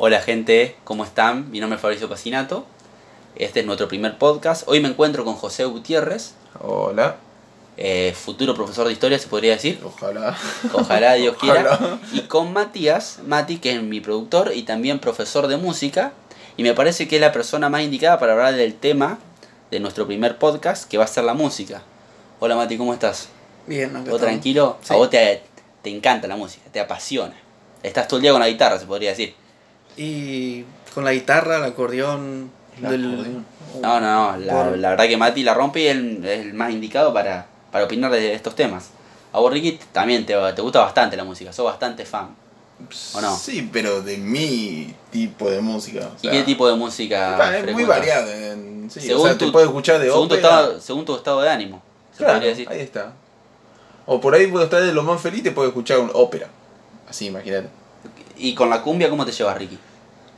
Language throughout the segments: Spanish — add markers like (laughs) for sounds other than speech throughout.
Hola gente, ¿cómo están? Mi nombre es Fabricio Casinato. Este es nuestro primer podcast. Hoy me encuentro con José Gutiérrez, Hola, eh, futuro profesor de historia, se podría decir. ojalá. Ojalá Dios quiera. Ojalá. Y con Matías, Mati, que es mi productor y también profesor de música. Y me parece que es la persona más indicada para hablar del tema de nuestro primer podcast, que va a ser la música. Hola Mati, ¿cómo estás? Bien, acá ¿Todo estamos. tranquilo? Sí. A vos te, te encanta la música, te apasiona. Estás todo el día con la guitarra, se podría decir. Y con la guitarra, el acordeón. Oh, El acordeón. No, no, no. La, Por- la verdad que Mati la rompe y él es el más indicado para, para opinar de estos temas. A vos, Ricky, también te, te gusta bastante la música, sos bastante fan. ¿O no? Sí, pero de mi tipo de música. o ¿Y sea, qué tipo de música? Ah, es muy frecuentas? variado. en- sí, Según o sea, tu- te puedes escuchar de según, tu ópera. estado, según tu estado de ánimo, se Claro, podría decir. ahí está. O por ahí puedo estar de lo más feliz te puedes escuchar una ópera. Así, imagínate. ¿Y con la cumbia cómo te llevas, Ricky?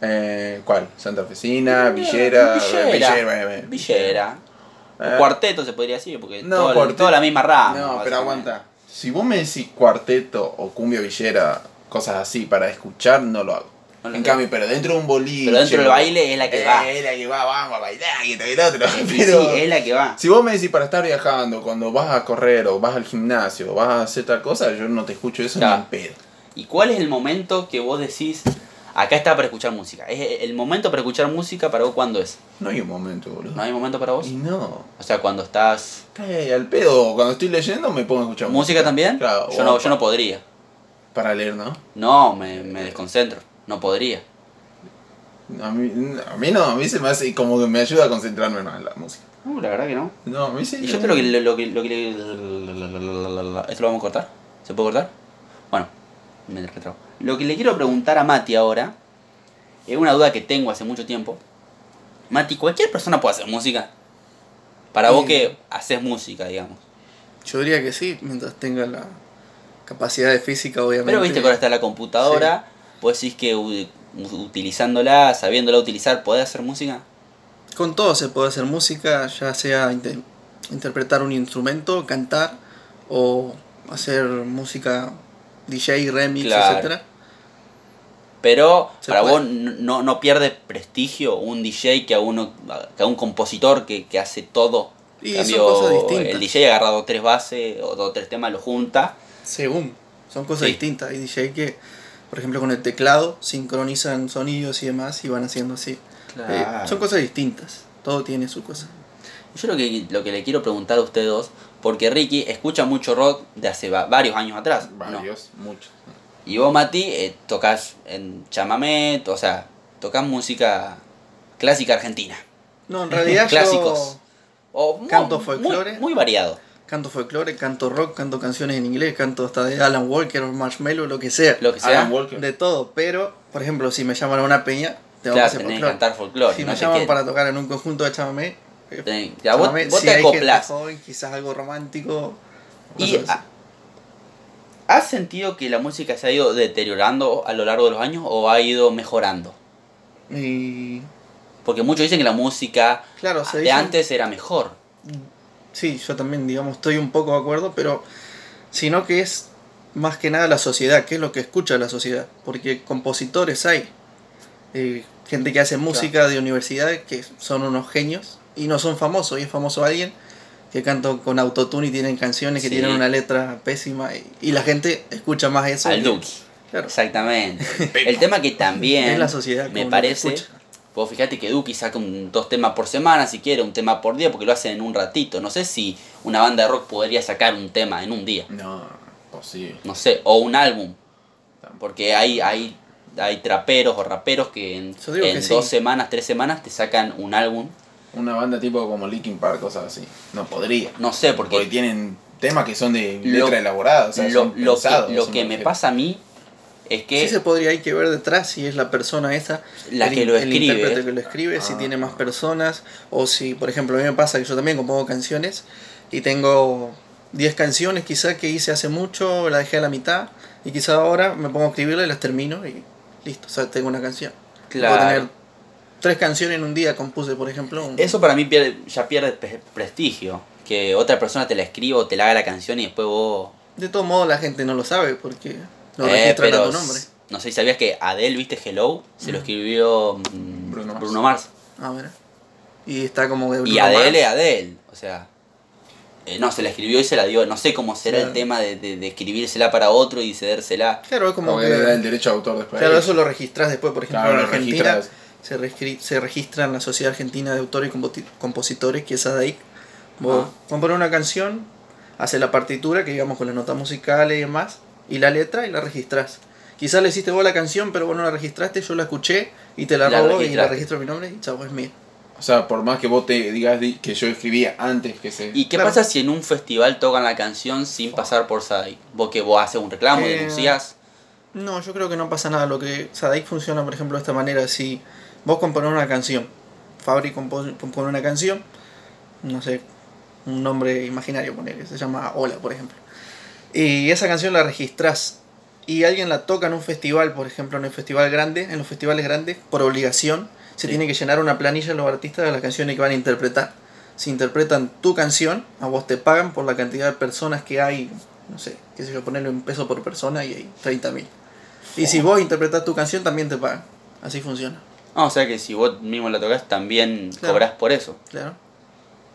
Eh, ¿Cuál? Santa Fecina, Ah, Eh, Villera, Villera. Villera, eh, Villera. Eh, Cuarteto se podría decir, porque no, todo- cuarteto- toda la misma rama. No, básicamente. pero aguanta. Si vos me decís cuarteto o cumbia villera, cosas así, para escuchar, no lo hago. No lo en hago. cambio, pero dentro de un boliche. Pero dentro del baile es la que Eh, va. Es la que va, vamos a bailar, que esto, que lo otro. Sí, Pero sí, es la que va. Si vos me decís para estar viajando, cuando vas a correr o vas al gimnasio o vas a hacer tal cosa, yo no te escucho eso Claro. ni en pedo. ¿Y cuál es el momento que vos decís, acá está para escuchar música? ¿Es el momento para escuchar música para vos cuándo es? No hay un momento, boludo. ¿No hay momento para vos? Y no. O sea, cuando estás... Cae al pedo. Cuando estoy leyendo me pongo a escuchar ¿Música también? Claro. Yo o no, pa- yo no podría. Para leer, ¿no? No, me, me desconcentro. No podría. A mí, a mí no, a mí se me hace como que me ayuda a concentrarme más en la música. No, la verdad que no. No, a mí sí. Y yo no. creo que lo, lo que... Lo que le- ¿Esto lo vamos a cortar? ¿Se puede cortar? Bueno, me retrago. Lo que le quiero preguntar a Mati ahora, es una duda que tengo hace mucho tiempo. Mati, ¿cualquier persona puede hacer música? Para vos Sí. que haces música, digamos. Yo diría que sí, mientras tenga la capacidad de física, obviamente. Pero viste que ahora está la computadora, vos decís que u- u- utilizándola, sabiéndola utilizar, podés hacer música. Con todo se puede hacer música, ya sea inte- interpretar un instrumento, cantar o hacer música DJ, remix, Claro. etcétera. Pero Se para puede. vos n- no, no pierde prestigio un DJ que a uno que a un compositor que, que hace todo. Y En son cosas distintas. el DJ ha agarrado tres bases o dos tres temas, los junta. Según, son cosas Sí. distintas. Hay DJ que, por ejemplo, con el teclado sincronizan sonidos y demás y van haciendo así. Eh, son cosas distintas. Todo tiene su cosa. Ah. Yo lo que, lo que le quiero preguntar a ustedes dos, porque Ricky escucha mucho rock de hace va- varios años atrás. ¿no? Varios, muchos. Y vos, Mati, eh, tocas en chamamé, o sea, tocas música clásica argentina. No, (laughs) en realidad Clásicos. yo O mu- Canto muy- folclore. Muy, variado. canto folclore, canto rock, canto canciones en inglés, canto hasta de Alan Walker o Marshmallow, lo que sea. Lo que sea. Alan Walker. De todo, pero, por ejemplo, si me llaman a una peña, tengo que claro, hacer tenés que folclore. cantar folclore. si no me te llaman quedes- para tocar en un conjunto de chamamé, eh, tenés- ya, vos, chamamé, vos si te hay gente acoplás. joven, quizás algo romántico. Y cosas ha- así. ¿Has sentido que la música se ha ido deteriorando a lo largo de los años o ha ido mejorando? Y, Porque muchos dicen que la música claro, se de dice- antes era mejor. Sí, yo también, digamos, estoy un poco de acuerdo, pero sino que es más que nada la sociedad, que es lo que escucha la sociedad, porque compositores hay, eh, gente que hace música de universidades que son unos genios y no son famosos, y es famoso alguien que canta con autotune y tienen canciones que Sí. tienen una letra pésima y, y la gente escucha más eso. Al que- Duki. Claro, (laughs) Exactamente. El tema que también es la sociedad. como me lo parece... escucha. Vos fíjate que Duki saca un- dos temas por semana, si quiere, un tema por día, porque lo hacen en un ratito. No sé si una banda de rock podría sacar un tema en un día. No, pues posible. No sé, o un álbum. Porque hay, hay, hay traperos o raperos que en, Yo digo en que sí. dos semanas, tres semanas te sacan un álbum. Una banda tipo como Linkin Park, cosas así. No podría. No sé, Porque porque tienen temas que son de Lo- letra elaborada. O sea, lo, son lo que, pensados, lo son que me objetos. pasa a mí es que Sí se podría hay que ver detrás si es la persona esa, La que lo escribe. intérprete que lo escribe, si Ah. tiene más personas, o si, por ejemplo, a mí me pasa que yo también compongo canciones y tengo 10 canciones quizá que hice hace mucho, la dejé a la mitad y quizá ahora me pongo a escribirla y las termino y listo, o sea, tengo una canción. Puedo claro, tener tres canciones en un día, compuse, por ejemplo. un- eso para mí pierde- ya pierde pe- prestigio. Que otra persona te la escriba o te la haga la canción y después vos... De todo modo la gente no lo sabe porque no Eh, registran a pero tu nombre. s- No sé si sabías que Adele, viste Hello, se lo escribió mm, Bruno Mars. Bruno Mars. Ah, mira. Y está como de Y Bruno Adele, Mars. Adele. O sea, eh, no, se la escribió y se la dio. No sé cómo será el Claro. tema de, de- de escribírsela para otro y cedérsela. Claro, es como Como que que- le da el derecho de autor después. Claro, eso lo registras después, por ejemplo, Claro, en lo Argentina registras. se, rescri- se registra en la Sociedad Argentina de Autores y Compoti- Compositores, que esa de ahí. Vos Ah. compones una canción, haces la partitura, que digamos con las notas musicales y demás, y la letra y la registras. Quizás le hiciste vos la canción, pero vos no la registraste, yo la escuché y te la, La robo y la registraste. registro a mi nombre y chavo, es mía. O sea, por más que vos te digas di- que yo escribía antes que se... ¿Y qué Claro. Oh. pasa si en un festival tocan la canción sin pasar por Sadai? Vos que vos haces un reclamo, Eh, denuncias. No, yo creo que no pasa nada. Lo que Sadaic funciona, por ejemplo, de esta manera. Si vos componés una canción, Fabri compo- compone una canción, no sé, un nombre imaginario poner, se llama Hola, por ejemplo. Y esa canción la registrás y alguien la toca en un festival, por ejemplo, en un festival grande, en los festivales grandes, por obligación, se Sí. tiene que llenar una planilla los artistas de las canciones que van a interpretar. Si interpretan tu canción, a vos te pagan por la cantidad de personas que hay, no sé, qué sé yo, ponerle un peso por persona y hay 30.000. Y si vos interpretás tu canción, también te pagan. Así funciona, Ah, o sea que si vos mismo la tocas, también Claro. cobrás por eso. claro.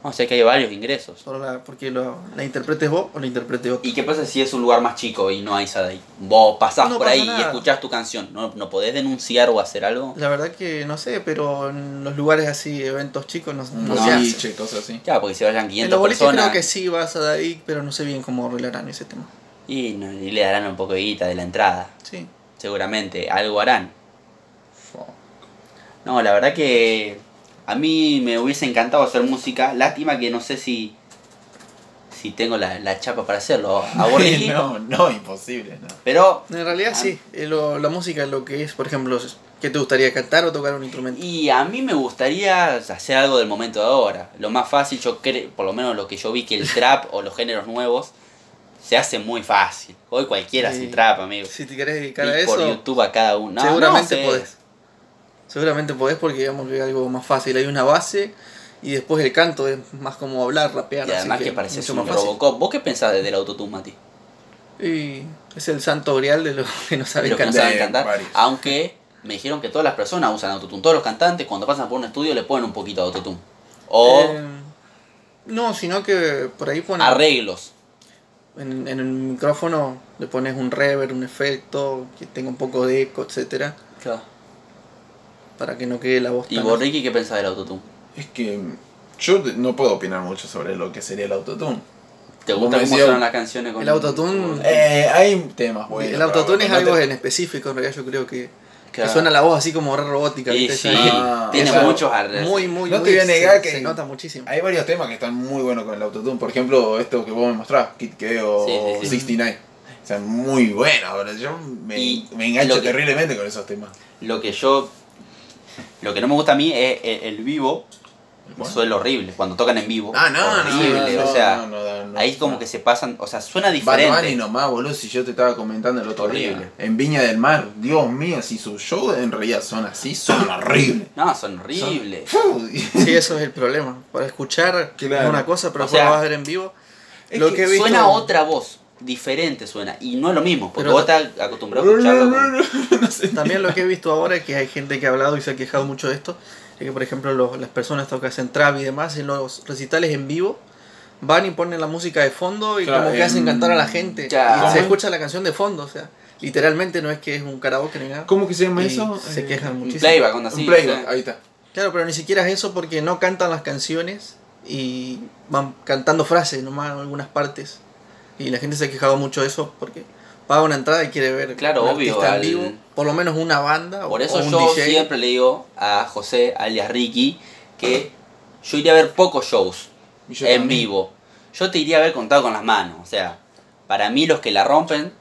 O sea que hay varios ingresos. Solo la- porque lo- la interpretes vos o la interprete otro. ¿Y qué pasa si es un lugar más chico y no hay Sadai? Vos pasás No por pasa ahí y nada. escuchás tu canción. ¿No, ¿No podés denunciar o hacer algo? La verdad que no sé, pero en los lugares así, eventos chicos, no, no Un se hace. boliche, cosas así. Claro, porque si vayan En los 500 boliches personas. creo que sí vas a dar ahí, pero no sé bien cómo arreglarán ese tema. Y, no- y le darán un poco de guita de la entrada. Sí. Seguramente, algo harán. Fua. No, la verdad que a mí me hubiese encantado hacer música. Lástima que no sé si si tengo la, la chapa para hacerlo. (laughs) ¿A (laughs) vos, Ricky? no, no, imposible, no. Pero, En realidad Ah. sí. Eh, lo- la música es lo que es, por ejemplo, ¿qué te gustaría cantar o tocar un instrumento? y a mí me gustaría hacer algo del momento de ahora. Lo más fácil, yo creo, por lo menos lo que yo vi, que (laughs) el trap o los géneros nuevos se hace muy fácil. Hoy cualquiera hace Sí. trap, amigo. Si te querés dedicar Y a por eso, YouTube a cada uno. No, seguramente no sé. podés. Seguramente podés porque digamos que es algo más fácil. Hay una base y después el canto es más como hablar, rapear. Y así además que, pareces mucho un más fácil. Robocop. ¿Vos qué pensás del autotune, Mati? Y es el santo grial de los (laughs) (laughs) que no saben Los que no cantar. saben de cantar. (laughs) varios. Aunque me dijeron que todas las personas usan autotune. Todos los cantantes cuando pasan por un estudio le ponen un poquito de autotune. O Eh, no, sino que por ahí ponen. arreglos. En, en el micrófono le pones un reverb, un efecto, que tenga un poco de eco, etcétera, para que no quede la voz ¿Y tan- vos, Ricky, qué pensás del autotune? Es que yo de- no puedo opinar mucho sobre lo que sería el autotune. ¿Te Vos gusta me cómo decías- suenan las canciones con El autotune- con- Eh, hay temas buenos. el pero autotune es no te- algo en específico, en realidad yo creo que, que Claro. suena la voz así como re robótica, Sí, ¿viste? sí. Esa- Ah, (laughs) Tiene esa- muchos arreglos. Muy, muy, No te muy- voy a se- negar se, que- nota muchísimo. Hay varios temas que están muy buenos con el autotune. Por ejemplo, esto que vos me mostrás, Kid K o Sí, sí, sí. 69. O sea, muy buenos. bro. Yo me, Y me engancho lo que- terriblemente con esos temas. Lo que yo... Lo que no me gusta a mí es el, el vivo. Bueno. Suena horrible. Cuando tocan en vivo. Ah, no, no, Oh, horrible, no, no, o sea, no, no, no, ahí no. como que se pasan... O sea, suena Bad diferente. Bunny nomás, boludo, si yo te estaba comentando el otro Horrible. día. En Viña del Mar, Dios mío, si sus shows en realidad son así, (coughs) son horribles. No, son horribles. Fu, Sí, eso es el problema. Para escuchar Claro. es una cosa, pero O después sea, lo vas a ver en vivo. es lo que que he visto- Suena otra voz, diferente suena, y no es lo mismo, porque Pero- vos estás acostumbrado a escucharlo con... (laughs) no sé. También lo que he visto ahora es que hay gente que ha hablado y se ha quejado mucho de esto. Es que, por ejemplo, los- las personas que hacen trap y demás en los recitales en vivo van y ponen la música de fondo y Claro, como que hacen em, cantar a la gente. ya. Y se ¿Cómo? escucha la canción de fondo, o sea, literalmente no es que es un karaoke ni nada. ¿Cómo que se llama Y eso? se Eh, quejan un muchísimo. Playback, onda así. Un playback, o sea, ahí está. Claro, pero ni siquiera es eso porque no cantan las canciones y van cantando frases nomás en algunas partes. Y la gente se ha quejado mucho de eso porque paga una entrada y quiere ver Claro, un obvio, artista en al- vivo, por lo menos una banda o- Por o eso un yo DJ. siempre le digo a José, alias Ricky, que yo iría a ver pocos shows Y yo en también. vivo. Yo te iría a ver contado con las manos, o sea, para mí los que la rompen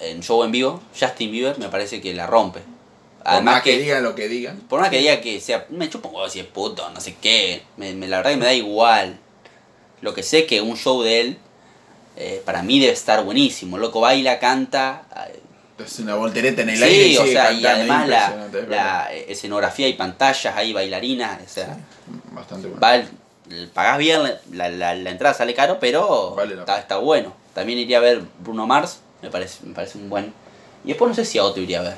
en show en vivo, Justin Bieber me parece que la rompe. Por más Además que, que, digan lo que digan. por más que diga que sea, me chupa un huevo si es puto, no sé qué, me, me- la verdad que me da igual. Lo que sé que un show de él, eh, para mí debe estar buenísimo. Loco baila, canta, eh, Es una voltereta en el sí, aire. y o sigue sea, y cantando, además la, impresionante, es verdad. la escenografía y pantallas, hay bailarinas, o sea, Bastante bueno. va el- el- pagás bien, la, la- la entrada sale caro, pero Vale la está, pena. está bueno. También iría a ver Bruno Mars, me parece, me parece un buen. Y después no sé si a otro iría a ver.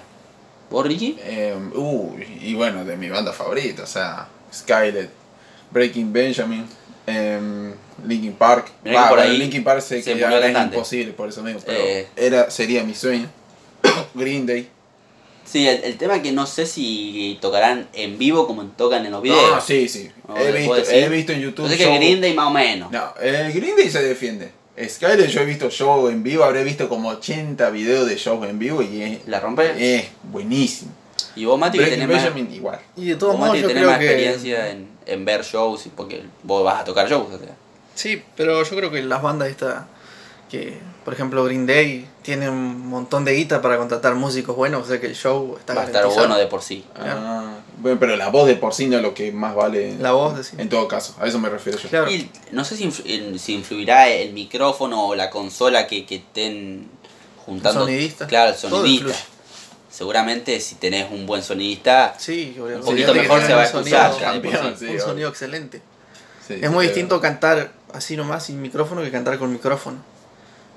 ¿Vos, Ricky? Eh, uy, y bueno, de mi banda favorita, o sea, Skylet, Breaking Benjamin, em, Linkin Park. Ah, Mirá que por bueno, ahí Linkin Park sé se que murió el ahora es cantante. imposible, por eso mismo, pero Eh. era, sería mi sueño. (coughs) Green Day. Sí, el, el tema es que no sé si tocarán en vivo como tocan en los videos. No, Ah, sí, sí. No, He ¿puedo visto, decir? he visto en YouTube. Entonces que show- Green Day más o menos. No, eh, Green Day se defiende. Skyler yo he visto show en vivo, habré visto como 80 videos de shows en vivo y es, La rompe. es buenísimo. y vos, Mati, que Breaking tenés más, Benjamin igual. Y de todos vos, modos Mati, yo tenés creo más que... experiencia en, en ver shows, porque vos vas a tocar shows. o sea. Sí, pero yo creo que las bandas estas, que por ejemplo Green Day, tienen un montón de guita para contratar músicos buenos, o sea que el show está va a estar garantizado. bueno de por sí. Ah, bueno, pero la voz de por sí no es lo que más vale. La voz, decís. En todo caso, a eso me refiero yo. Claro. Y no sé si, influ- en- si influirá el micrófono o la consola que, que estén juntando. El sonidista. Claro, el Todo sonidista. influye. Seguramente si tenés un buen sonidista, Sí, Un poquito mejor se va a escuchar, ya, de por un sí. sonido excelente. Sí, eh, Es muy sí, distinto verdad. cantar así nomás sin micrófono que cantar con micrófono.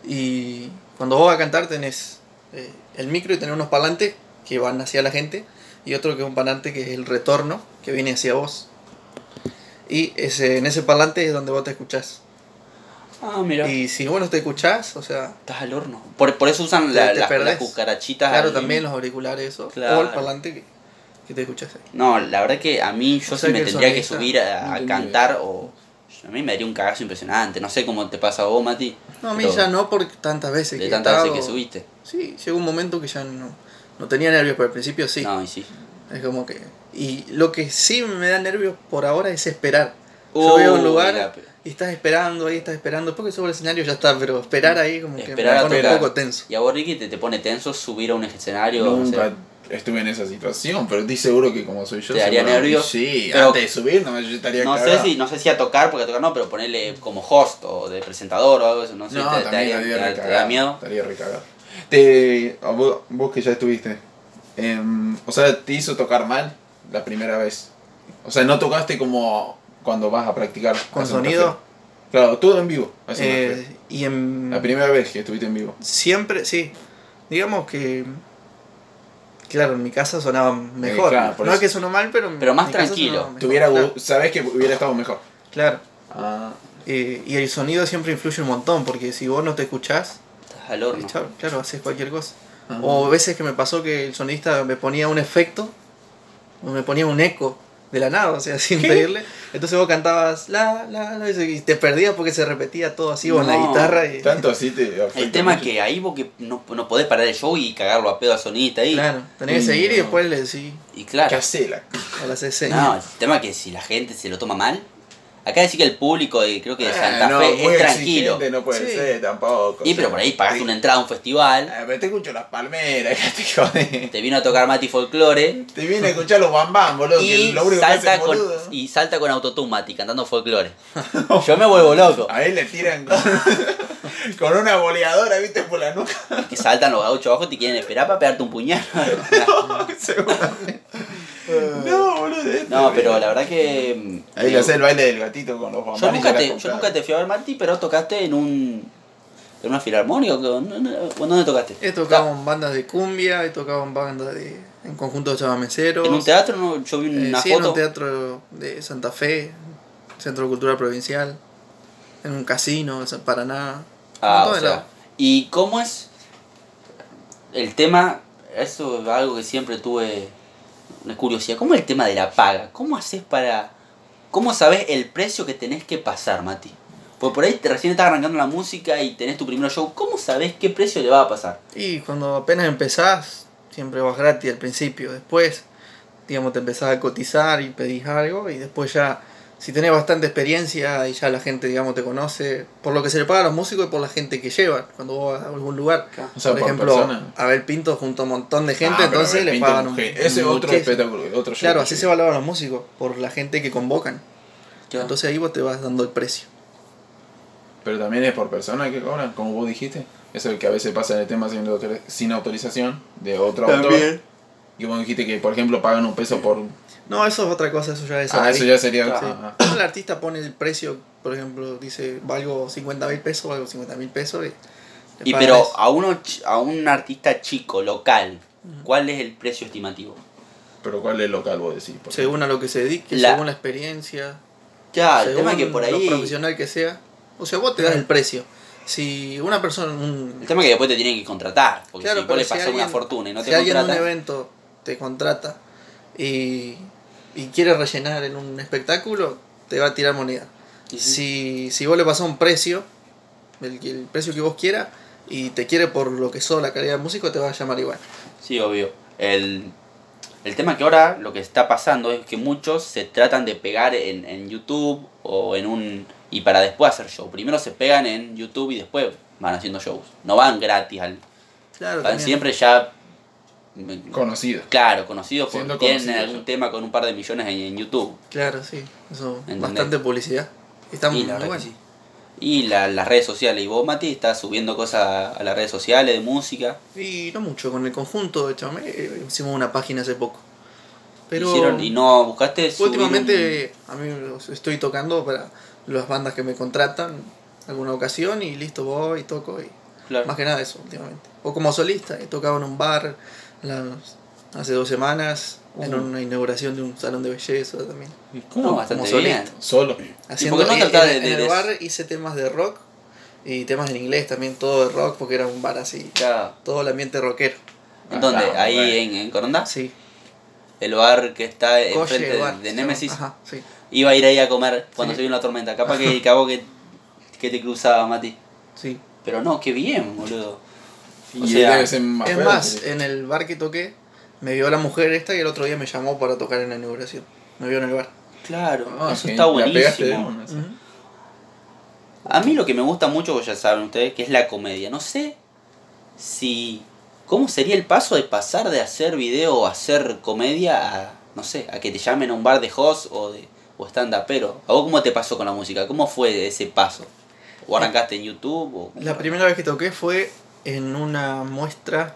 Y cuando vos vas a cantar tenés eh, el micro y tenés unos parlantes que van hacia la gente y otro que es un parlante que es el retorno que viene hacia vos. Y ese, en ese parlante es donde vos te escuchás. ah, mira, Y si vos no te escuchás, o sea, estás al horno. Por, por eso usan la- Te- te las, perdés. las cucarachitas. claro, ahí. también los auriculares eso, o el Claro. parlante que, que te escuchás ahí. No, la verdad que a mí yo O sea sí me que el tendría que sonidista subir a, no a tenía cantar o... A mí me daría un cagazo impresionante. No sé cómo te pasa a vos, Mati. No, a mí pero ya no por tantas veces De he tantas veces estado. que subiste. Sí, llegó un momento que ya no, no tenía nervios, pero al principio sí. No, y sí. Es como que. Y lo que sí me da nervios por ahora es esperar. Yo Uh, voy a un la lugar pe- y estás esperando ahí, estás esperando. Después que subo al escenario ya está, pero esperar ahí como que Esperar me a pone un tocar. poco tenso. Y a vos, Ricky, te, te pone tenso subir a un escenario. o sea, Nunca estuve en esa situación, pero estoy seguro que como soy yo. Te daría seguro- nervios, Sí, pero- antes de subir, no, yo estaría No sé, cagado. si, no sé si a tocar, porque a tocar no, pero ponerle como host o de presentador o algo de eso, no sé, No, te, te también daría- te- estaría te recagado. da miedo. Estaría recagado. Te, a vos, vos que ya estuviste, em, o sea, ¿te hizo tocar mal la primera vez? O sea, ¿no tocaste como cuando vas a practicar? Con A eso me sonido. refiero. Claro, todo en vivo. a eso me eh, refiero. y en. la primera vez que estuviste en vivo. Siempre, sí. Digamos que. Claro, en mi casa sonaba mejor. Eh, claro, por no eso. que sonó mal, pero. en Pero más mi casa tranquilo. sonaba mejor, Te hubiera claro, gu- Sabes que hubiera estado mejor. claro. Ah, Eh, y el sonido siempre influye un montón, porque si vos no te escuchás, Estás al horno. chao, claro, haces cualquier cosa. ah. O veces que me pasó que el sonista me ponía un efecto, o me ponía un eco de la nada, o sea, (laughs) sin pedirle. Entonces vos cantabas la, la, la, y te perdías porque se repetía todo así, o en la No, guitarra. Y, Tanto así te El afecta tema es mucho. que ahí vos que no, no podés parar el show y cagarlo a pedo a sonista ahí. Claro, tenés que Mm, seguir y no. después le decís Y claro. Casela. a las escenas. (laughs) No, el tema es que si la gente se lo toma mal. Acá decir que el público, de- creo que de Ah, Santa no, Fe, muy es tranquilo. exigente No puede Sí. ser tampoco. Y o pero sea, por ahí pagaste sí. una entrada a un festival, Ah, pero te escucho las palmeras, (laughs) ya te jodé. te vino a tocar Mati Folklore Te viene a escuchar los bambán, boludo. que y lo único que salta, hacen, con, boludo. y salta con autotune Mati cantando (laughs) folclore. Yo me vuelvo loco. A él le tiran con, (laughs) con una boleadora, viste, por la nuca. (laughs) Que saltan los gauchos abajo y te quieren esperar para pegarte un (laughs) puñal. Seguramente. no, boludo. es No, terrible. pero la verdad que. mm, Ahí le digo, hace el baile del gatito con los bambán. yo y nunca, ya te, la yo compraron. nunca te fui a ver, Martí, pero tocaste en un. en una filarmónica. ¿o qué? ¿Dónde- ¿Dónde dónde tocaste? He tocado en bandas de cumbia, he tocado en bandas de. en conjuntos chamameceros. ¿En un teatro? No, yo vi eh, una sí, en foto. un teatro de Santa Fe, Centro Cultural Provincial, en un casino, en Paraná. Ah, en o todos sea, lados. ¿Y cómo es el tema? Eso es algo que siempre tuve una curiosidad. ¿Cómo es el tema de la paga? ¿Cómo haces para.? ¿Cómo sabes el precio que tenés que pasar, Mati? Porque por ahí te, recién estás arrancando la música y tenés tu primer show. ¿Cómo sabes qué precio le va a pasar? Y cuando apenas empezás, siempre vas gratis al principio. Después, digamos, te empezás a cotizar y pedís algo. Y después ya, si tenés bastante experiencia y ya la gente, digamos, te conoce, por lo que se le paga a los músicos y por la gente que llevan cuando vos vas a algún lugar. O sea, por, por ejemplo, persona. Abel Pinto junto a un montón de gente, Ah, pero entonces Abel le Pinto es pagan un un genio. Ese es otro muchísimo. espectáculo, otro show Claro, que así yo se valoran los músicos, por la gente que convocan. Claro. Entonces ahí vos te vas dando el precio. Pero también es por persona que cobran, como vos dijiste. Eso es el que a veces pasa en el tema sin, autor- sin autorización de otro autor. Y vos dijiste que, por ejemplo, pagan un peso por... No, eso es otra cosa, eso ya es... Ah, eso artista. ya sería... Ah. ah, ah. El artista pone el precio, por ejemplo, dice, valgo 50 mil pesos, valgo 50 mil pesos. Y, te Y pagan pero eso. a, uno, ch- a un artista chico, local, ¿cuál es el precio estimativo? Pero ¿cuál es el local vos decís? Por ejemplo? según a lo que se dedique, La- según la experiencia, Ya, el según tema es que por lo ahí... profesional que sea. O sea, vos te das el precio. Si una persona... un- El tema es que después te tienen que contratar, porque Claro, si vos pero le si pasó una alguien- fortuna y no si te alguien en un contratan... evento te contrata y, y quiere rellenar en un espectáculo, te va a tirar moneda. y sí. Si, si vos le pasás un precio, el, que- el precio que vos quieras, y te quiere por lo que sos, la calidad de músico, te va a llamar igual. Sí, obvio. El, el tema que ahora lo que está pasando es que muchos se tratan de pegar en, en YouTube o en un... Y para después hacer show. Primero se pegan en YouTube y después van haciendo shows. No van gratis, al, Claro, van también. siempre ya... mm, Conocido. Claro, conocidos porque Siendo tienen conocidos, algún ya. tema con un par de millones en, en YouTube. Claro, sí. Eso, ¿Entendés? bastante publicidad. Está muy y la verdad bueno. que sí. Y la- las redes sociales. Y vos, Mati, estás subiendo cosas a las redes sociales de música. Y no mucho, con el conjunto de chamé eh, hicimos una página hace poco. Pero Hicieron- y no buscaste subir últimamente a mí los estoy tocando para las bandas que me contratan alguna ocasión y listo, voy y toco. Y un- claro. Más que nada eso últimamente. O como solista, he tocado en un bar la- hace dos semanas, en Uh. una inauguración de un salón de belleza también. ¿Y No, cómo? bastante como bien. solista. Solo. Haciendo, por qué no en- tratar de- en, de- en de- el bar hice temas de rock y temas en inglés también, todo de rock, porque era un bar así, Claro. todo el ambiente rockero. Ah, ¿En dónde? Acá, Ahí Ah, bueno. en, en Coronda. Sí, El bar que está Colle enfrente Ah, de, Bar, de se Nemesis. llama. Ajá, sí. Iba a ir ahí a comer cuando Sí. se vino la tormenta. Capaz que cabo que, que te cruzaba, Mati. sí. Pero no, qué bien, boludo. O y sea, eh, debe ser más Es feo, más, porque- en el bar que toqué, me vio la mujer esta y el otro día me llamó para tocar en la inauguración. Me vio en el bar. Claro, Ah, eso ok, está la pegaste de buenísimo. una, sí. A mí lo que me gusta mucho, ya saben ustedes, que es la comedia. No sé si. ¿Cómo sería el paso de pasar de hacer video o hacer comedia a. No sé, a que te llamen a un bar de host o de o stand pero ¿A vos cómo te pasó con la música? ¿Cómo fue ese paso? ¿O arrancaste en YouTube? O... La primera vez que toqué fue en una muestra,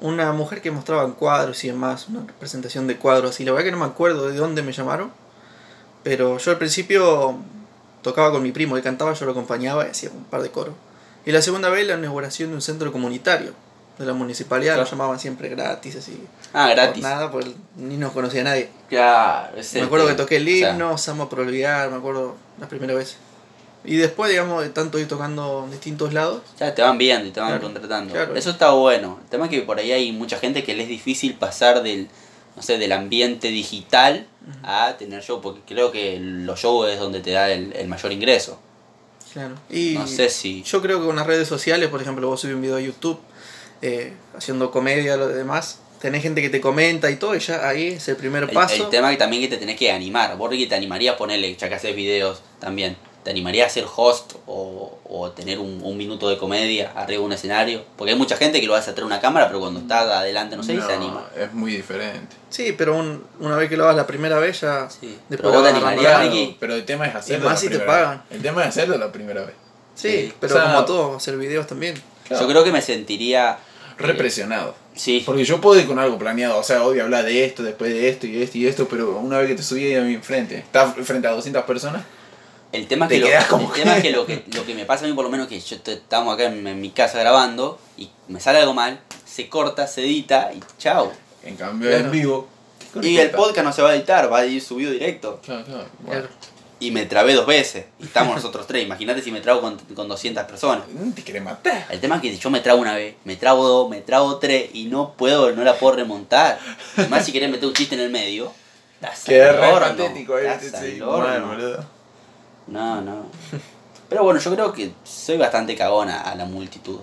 una mujer que mostraba cuadros y demás, una representación de cuadros. Y la verdad que no me acuerdo de dónde me llamaron, pero yo al principio tocaba con mi primo, él cantaba, yo lo acompañaba y hacía un par de coros. Y la segunda vez la inauguración de un centro comunitario de la municipalidad, Claro. lo llamaban siempre gratis, así. Ah, gratis. Por nada, pues ni nos conocía nadie. Claro, ese me acuerdo que tema. toqué el O sea, himno, Sama por olvidar, me acuerdo la primera vez. Y después, digamos, de tanto ir tocando en distintos lados, ya te van viendo y te van Claro, contratando. claro. Eso está bueno. El tema es que por ahí hay mucha gente que le es difícil pasar del, no sé, del ambiente digital a tener show, porque creo que los shows es donde te da el, el mayor ingreso. Claro. Y No sé si... yo creo que con las redes sociales, por ejemplo, vos subís un video a YouTube eh, haciendo comedia, lo demás, tenés gente que te comenta y todo, y ya ahí es el primer El, paso. el tema que también que te tenés que animar. Vos, Ricky, te animarías a ponerle, ya que haces videos también, ¿te animarías a ser host o, o tener un, un minuto de comedia arriba de un escenario? Porque hay mucha gente que lo hace atrás de una cámara, pero cuando está adelante, no sé, si se anima. Es muy diferente. Sí, pero un- una vez que lo hagas la primera vez, ya Sí. después Pero lo vos te vas agarrando. animarías, Claro. Ricky. Pero el tema es hacerlo. más la si te primera vez. pagan. El tema es hacerlo la primera vez. Sí, Sí. pero O sea, como todo, hacer videos también. Claro. Yo creo que me sentiría... Represionado. Sí. Porque yo puedo ir con algo planeado, o sea, obvio hablar de esto, después de esto y de esto y de esto, pero una vez que te subí ahí a mi enfrente, estás frente a 200 personas, El tema es Te que, lo, quedás como el tema es que- que, lo que lo que me pasa a mí por lo menos que yo te- estamos acá en, en mi casa grabando y me sale algo mal, se corta, se edita y chao. en cambio Claro. en vivo. Y el podcast no se va a editar, va a ir subido directo. Claro, claro. Bueno, Claro. Y me trabé dos veces. Y estamos nosotros tres. Imagínate si me trago con, con 200 personas. mm, Te querés matar. El tema es que yo me trago una vez, me trago dos, me trago tres y no puedo, no la puedo remontar. Y Más si querés meter un chiste en el medio. estás Qué al re horno, patético, eh, estás sí, al horno. mal, boludo. No, no. Pero bueno, yo creo que soy bastante cagona a la multitud.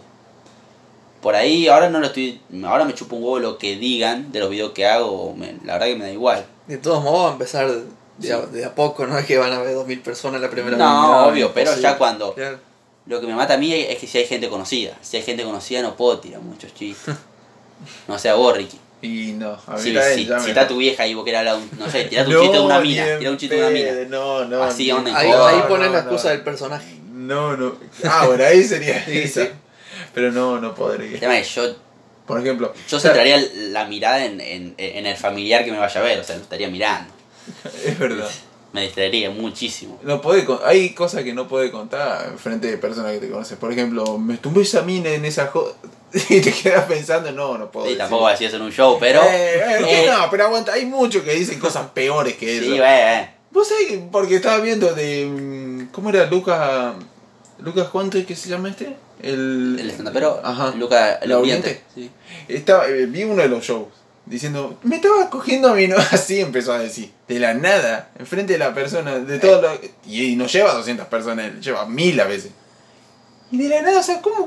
Por ahí, ahora no lo estoy. Ahora me chupo un huevo lo que digan de los videos que hago. me- la verdad que me da igual. De todos modos, va a empezar de, a, de a poco, no (laughs) es que van a ver 2.000 personas la primera vez. No, obvio, pero imposible. ya cuando. Claro. Lo que me mata a mí es que si hay gente conocida. Si hay gente conocida, no puedo tirar muchos (laughs) chistes. No sea vos, Ricky. Y no, a mí Si, la- si- ya si me- está tu vieja ahí, vos querés hablar, de un- no sé, tirá tu chiste de una (laughs) No, mina. ni Tirá un en chiste de una mina. pedo, No, no. Así, ni- onda en Ahí, No, ahí no, pones la no. excusa del personaje. No, no. Ah, bueno, ahí sería Sí, esa. sí. Pero no, no El podría. tema es yo, Por ejemplo. yo o sea, centraría la mirada en, en- en el familiar que me vaya a ver, o sea, lo estaría mirando. Es verdad. Me distraería muchísimo. No puede con- hay cosas que no puede contar frente de personas que te conocen. Por ejemplo, me tumbó esa mina en esa joda. (laughs) Y te quedas pensando, no, no puedo. Y decir. tampoco voy a decir eso en un show, pero. Eh, eh, que eh, no, pero aguanta, hay muchos que dicen cosas peores que eso. sí, eh, eh. Vos sabés que porque estaba viendo de. mm, ¿Cómo era Lucas. Lucas Juan, ¿qué se llama este? El. El estandapero, Ajá. Luca, el ¿La oriente. Sí. Estaba, eh, vi uno de los shows diciendo, me estaba cogiendo a mi novia, (laughs) así empezó a decir, de la nada, enfrente de la persona, de todo lo... Y, y no lleva 200 personas, lleva mil a veces. Y de la nada, o sea, ¿cómo,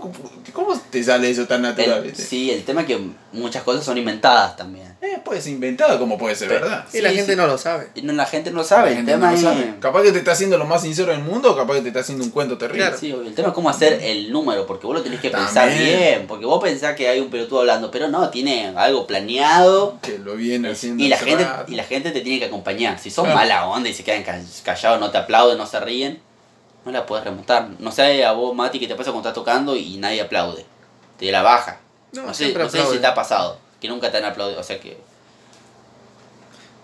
cómo te sale eso tan natural? El, viste? sí, el tema es que muchas cosas son inventadas también. Eh, puede ser inventado como puede ser, Pero- ¿verdad? y la Sí, gente sí. no lo sabe. Y no, la gente no lo sabe, La el gente tema no es... sabe. Capaz que te está haciendo lo más sincero del mundo, o capaz que te está haciendo un cuento terrible. Claro. Sí, obvio, el tema es cómo hacer el número, porque vos lo tenés que pensar También. bien, porque vos pensás que hay un pelotudo hablando, pero no, tiene algo planeado Que lo viene haciendo y la, hace gente, rato. y la gente te tiene que acompañar. Si sos Claro. mala onda y se quedan ca- callados, no te aplauden, no se ríen, no la puedes remontar. No sé a vos, Mati, que te pasa cuando estás tocando y nadie aplaude, te la baja. No, No, sé, siempre no sé si aplauden. te ha pasado, que nunca te han aplaudido, o sea que...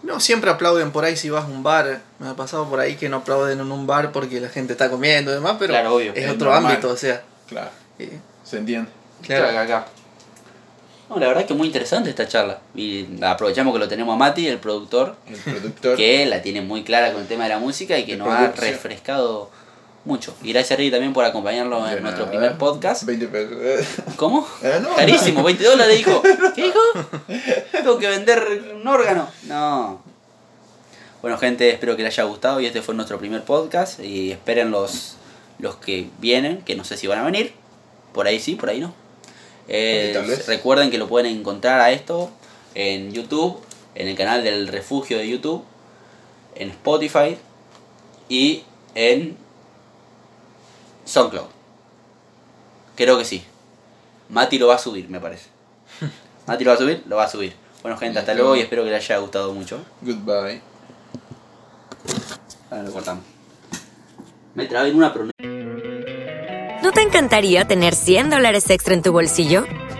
No, siempre aplauden por ahí si vas a un bar. Me ha pasado por ahí que no aplauden en un bar porque la gente está comiendo y demás, pero Claro, obvio. es Es otro normal. ámbito, o sea. Claro, eh, se entiende. claro. No, la verdad que muy interesante esta charla. Y aprovechamos que lo tenemos a Mati, el productor, El (laughs) productor... que la tiene muy clara con el tema de la música y que De nos ha producción. refrescado mucho. Y gracias Ricky también por acompañarnos en de nuestro nada, primer podcast. 20 pesos. (laughs) ¿Cómo? Eh, no. Carísimo, 20 dólares (laughs) dijo. ¿Qué dijo? Tengo que vender un órgano. No. Bueno gente, espero que les haya gustado y este fue nuestro primer podcast y esperen los, los que vienen, que no sé si van a venir. Por ahí sí, por ahí no. Eh, Y tal vez. recuerden que lo pueden encontrar a esto en YouTube, en el canal del refugio de YouTube, en Spotify y en SoundCloud. Creo que sí. Mati lo va a subir, me (laughs) parece. Mati lo va a subir, lo va a subir. Bueno, gente, hasta Listo. luego y espero que les haya gustado mucho. Goodbye. Ahora lo cortamos. Me trabé en una, pero no- ¿No te encantaría tener 100 dólares extra en tu bolsillo?